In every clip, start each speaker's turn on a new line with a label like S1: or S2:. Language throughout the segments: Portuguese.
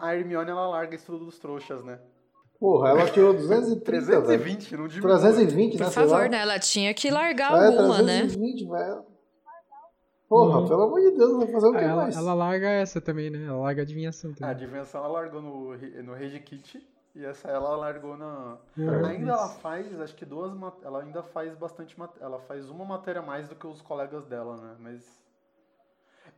S1: a Hermione ela larga isso tudo dos trouxas, né?
S2: Porra, ela tirou 230, 320,
S1: 320, não diminui.
S2: 320
S3: Por
S2: né, sei lá.
S3: favor, né? Ela tinha que largar
S2: É,
S3: alguma, né?
S2: 320, velho. Porra,
S4: Uhum.
S2: pelo amor de Deus, vai fazer o que
S4: Ela,
S2: mais?
S4: ela larga essa também, né? Ela larga a adivinhação
S1: A
S4: também.
S1: adivinhação ela largou no, Re- no Rage Kit e essa ela largou na.
S4: Uhum.
S1: Ainda ela faz, acho que duas. ma- Ela ainda faz bastante. mat- Ela faz uma matéria a mais do que os colegas dela, né? Mas.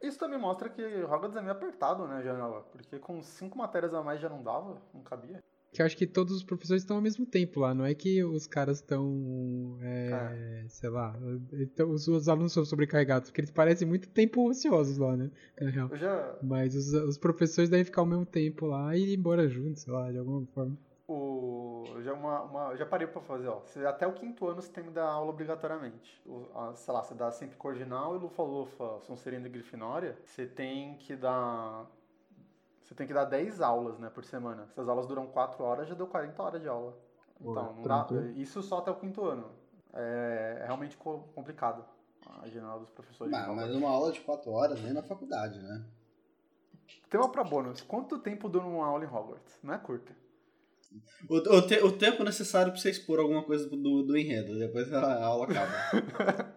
S1: Isso também mostra que Hogwarts é meio apertado, né, Janela? Porque com cinco matérias a mais já não dava, não cabia.
S4: Que eu acho que todos os professores estão ao mesmo tempo lá. Não é que os caras estão.
S1: Ah.
S4: É, Sei lá. então os, os alunos são sobrecarregados, porque eles parecem muito tempo ociosos lá, né? Na real.
S1: Eu já.
S4: Mas os, os professores devem ficar ao mesmo tempo lá e ir embora juntos, sei lá, de alguma forma.
S1: O, eu já, uma, uma- eu já parei pra fazer, ó. Você- até o quinto ano você tem que dar aula obrigatoriamente. O, a- sei lá, você dá sempre Cordinal e Lufa-Lufa, Sonserina e Grifinória. Você tem que dar. Você tem que dar 10 aulas, né, por semana. Essas aulas duram 4 horas, já deu 40 horas de aula. Então, não dá,
S4: tranquilo.
S1: isso só até o quinto ano. É, é realmente co- complicado a janela dos professores.
S5: Ah, mas uma aula de quatro horas nem na faculdade, né?
S1: Tema pra bônus. Quanto tempo dura uma aula em Hogwarts? Não é curta.
S5: O, o, te- o tempo necessário pra você expor alguma coisa do, do enredo, depois a aula acaba.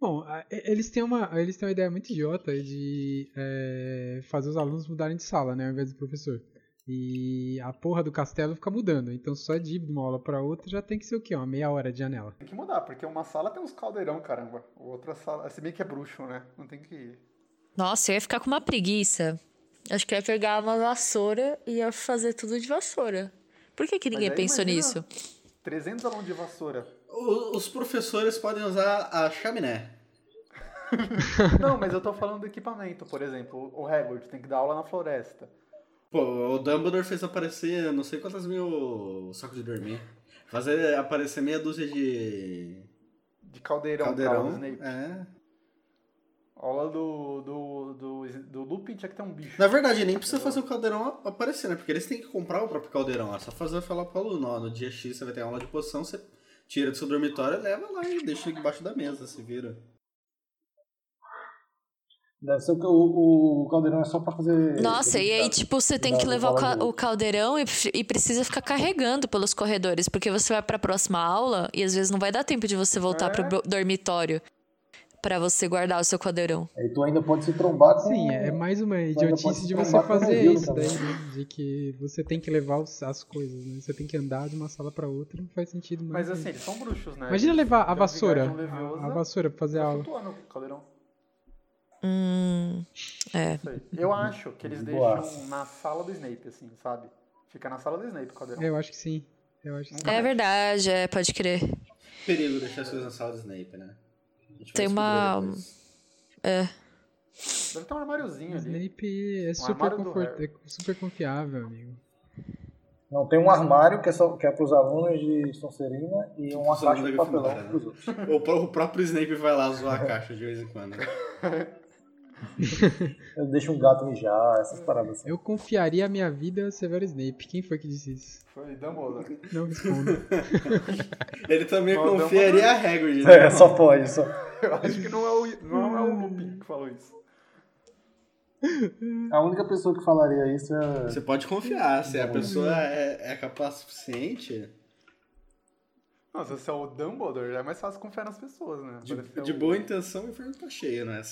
S4: Bom, a- e- eles têm uma, eles têm uma ideia muito idiota de é, fazer os alunos mudarem de sala, né, ao invés do professor. E a porra do castelo fica mudando. Então só de ir de uma aula pra outra já tem que ser o quê? Uma meia hora de janela.
S1: Tem que mudar, porque uma sala tem uns caldeirão, caramba. Outra sala. Se bem que é bruxo, né? Não tem que.
S3: Nossa, eu ia ficar com uma preguiça. Acho que eu ia pegar uma vassoura e ia fazer tudo de vassoura. Por que, que
S1: Mas
S3: ninguém
S1: aí
S3: pensou
S1: imagina
S3: nisso?
S1: 300 alunos de vassoura.
S5: O- os professores podem usar a chaminé.
S1: Não, mas eu tô falando do equipamento, por exemplo. O Hagrid tem que dar aula na floresta.
S5: Pô, o Dumbledore fez aparecer não sei quantas mil sacos de dormir. Fazer aparecer meia dúzia de
S1: De caldeirão, cara, do
S5: caldeirão.
S1: Snape.
S5: É.
S1: Aula do, do, do, do Lupin tinha que ter um bicho.
S5: Na verdade, nem precisa fazer o caldeirão a- aparecer, né? Porque eles têm que comprar o próprio caldeirão. É só fazer falar pro aluno, ó, no dia X você vai ter aula de poção, você tira do seu dormitório, leva lá e deixa debaixo da mesa, se vira.
S2: Deve ser o, que- o, o caldeirão é só pra fazer.
S3: Nossa, e aí, tipo, você tem
S2: Dá
S3: que
S2: pra
S3: levar o,
S2: falar
S3: ca-
S2: de
S3: o caldeirão e, e precisa ficar carregando pelos corredores, porque você vai pra próxima aula e às vezes não vai dar tempo de você voltar
S1: É.
S3: pro do- dormitório pra você guardar o seu caldeirão.
S2: Aí tu ainda pode se trombar com.
S4: Sim, é mais uma idiotice
S2: pode
S4: de
S2: se
S4: você
S2: trombar com
S4: fazer
S2: novelo
S4: isso daí,
S2: também.
S4: né? De que você tem que levar os- as coisas, né? Você tem que andar de uma sala pra outra, não faz sentido mais.
S1: Mas assim, eles são bruxos, né?
S4: Imagina levar a
S1: Tem um
S4: vassoura.
S1: Wingardium Leviosa.
S4: A, a vassoura pra fazer a
S1: Tá
S4: aula.
S1: flutuando com o caldeirão.
S3: Hum. É.
S1: Isso aí. Eu acho que eles
S2: Boa.
S1: deixam na sala do Snape, assim, sabe? Fica na sala do Snape o caldeirão.
S4: É, Eu acho que sim. Eu acho que sim.
S1: Não.
S3: É verdade, é, pode crer.
S5: Perigo deixar as coisas na sala do Snape, né? A gente vai
S3: Tem uma-
S5: descobrir depois.
S1: Deve ter um armáriozinho ali. Um
S4: Snape é super,
S1: armário do
S4: confort-
S1: Harry.
S4: é super confiável, amigo.
S2: Não, tem um armário que é, só, que é pros alunos de Sonserina e uma
S5: Sonserina
S2: caixa de
S5: da
S2: papelão
S5: Grifinória,
S2: pros outros.
S5: O, pró- o próprio Snape vai lá zoar a caixa de vez em quando.
S2: Deixa um gato mijar, essas paradas assim.
S4: Eu confiaria a minha vida a Severo Snape. Quem foi que disse isso?
S1: Foi Dumbledore.
S4: Não responda.
S5: Ele também
S1: Não,
S5: confiaria a Hagrid, né?
S2: É, só pode, só.
S1: Eu acho que não é o, não é o Lupin que falou isso.
S2: A única pessoa que falaria isso é.
S5: Você pode confiar, se a pessoa é, é capaz o suficiente,
S1: Nossa, se é o Dumbledore, é mais fácil confiar nas pessoas, né?
S5: de,
S1: Agora, se é
S5: de
S1: o-
S5: boa intenção, o inferno tá cheio, né? Se